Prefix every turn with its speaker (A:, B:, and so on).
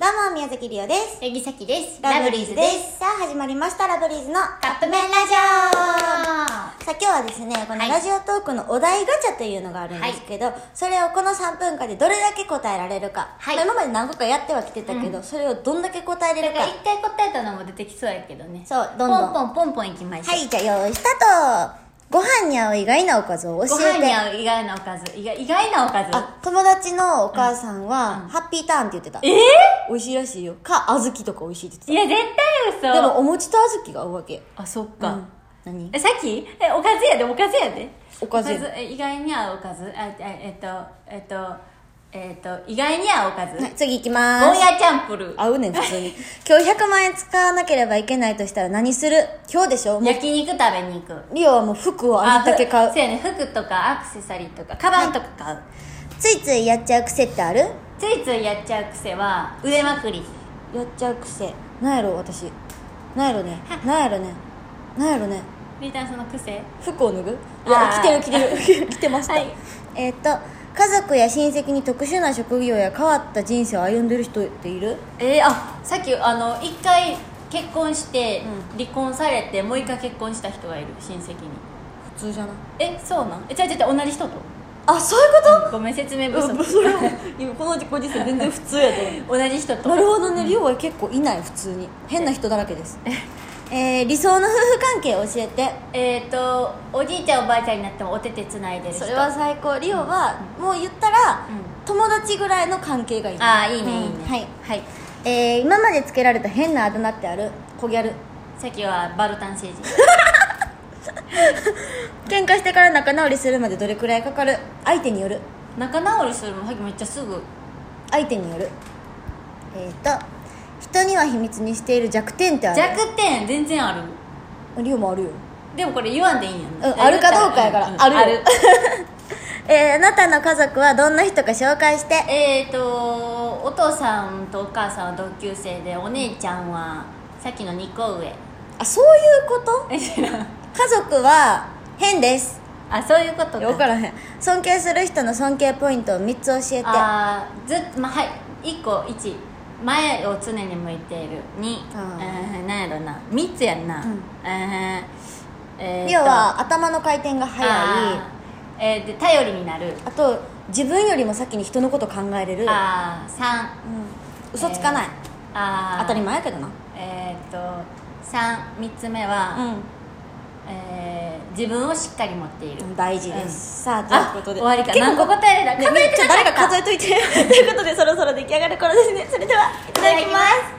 A: どうも、宮崎りおです。
B: えぎさきです
A: す。さあ、始まりました、ラブリーズの
B: カップ麺ラジオ
A: さあ、今日はですね、この
B: はい
A: ラジオトークのお題ガチャというのがあるんですけど、それをこの3分間でどれだけ答えられるか。
B: はい
A: まあ今まで何個かやってはきてたけど、それをどんだけ答えれ
B: だ
A: る
B: か
A: か。
B: ら一回答えたのも出てきそうやけどね
A: そうどんどん
B: ポンポンポンポンいきましょう
A: はい、じゃあ用意スタートご飯に合う意外なおかずを教
B: ご
A: え
B: 飯に
A: て。
B: 合う意外なおかず意外意外なおかず
A: あ、友達のお母さんは、ハッピーターンって言ってた。
B: え
A: 美味しいらしいよ。か、小豆とか美味しいって
B: い
A: 言って
B: や絶対
A: た。
B: 嘘
A: でも、お餅と小豆が合うわけ。
B: あそっ
A: う
B: か、
A: ん。何
B: えさっきえおかずやでおかずやで
A: おかず
B: え意外に合うおかずあええっとえっとえっと意外に合うおかず、
A: はい、次行きま
B: ゴ
A: ー
B: ー
A: す。
B: ヤチャンプルー
A: 合うねん、普通に。 今日100万円使わなければいけないとしたら何する今日でしょもう、
B: 焼肉食べに行く
A: リオはもう服をあれだけ買
B: ふ
A: う。
B: そうやね服とかアクセサリーとかカバンとか買う、
A: ついついやっちゃう癖ってある
B: ついついやっちゃう癖は腕まくり
A: やっちゃう癖。なんやろ、私。なんやろね。なんやろね。なんやろね。
B: リーターその癖
A: 服を脱ぐい
B: あ
A: や
B: ー
A: 着てる着てる 着てました、
B: はい
A: えーっと家族や親戚に特殊な職業や変わった人生を歩んでる人っている
B: えー、あさっきあの一回結婚して
A: う
B: 離婚されて、もう一回結婚した人がいる親戚に
A: 普通じゃない
B: えそうなんえ違う違う同じ人と
A: あそういう
B: ごめん説明不
A: こと、うん、
B: 足
A: そ れも今このご時世全然普通やと思う
B: 同じ人と
A: なるほどねリオは結構いない普通に変な人だらけですえー、理想の夫婦関係を教えて
B: えっ、とおじいちゃんおばあちゃんになってもお手手つないでる人
A: それは最高リオはもう言ったら、
B: う
A: 友達ぐらいの関係がいい
B: ああいいねいいね、
A: うんはい、
B: はい、
A: えー、今までつけられた変なあだ名ってある小ギャル
B: さっきはバルタン星人
A: 喧嘩してから仲直りするまでどれくらいかかる相手による
B: 仲直りするのさっきめっちゃすぐ
A: 相手によるえっ、ー、と人には秘密にしている弱点ってある
B: 弱点全然ある
A: リオもあるよ、
B: でもこれ言わんでいいんやん
A: うん、あるかどうかやから、
B: うん
A: あるよ
B: ある
A: えー、あなたの家族はどんな人か紹介して
B: えー、とお父さんとお母さんは同級生でお姉ちゃんはさっきの2個上
A: あそういう こと
B: え知らん
A: 家族は変です
B: あそういうことか
A: よからへん尊敬する人の尊敬ポイントを3つ教えてあ
B: あーずっと、まあ、はい1個1前を常に向いている2
A: あ
B: うん何やろな3つやんな、
A: うん
B: えーえーと
A: リオは頭の回転が速い
B: あーえーで頼りになる
A: あと自分よりも先に人のこと考えれる、うん、
B: あー3
A: 嘘つかない、
B: あー
A: 当たり前やけどな
B: えー、と33つ目は、えー自分をしっかり持っている、
A: うん、大事です、さあと
B: あ
A: いうことで
B: 終わりか
A: 結
B: 何
A: 構
B: 個答えれた
A: ね
B: 数えて
A: ちょ
B: な
A: 誰
B: か
A: か
B: っ た
A: 数えといてということでそろそろ出来上がる頃ですねそれではいただきます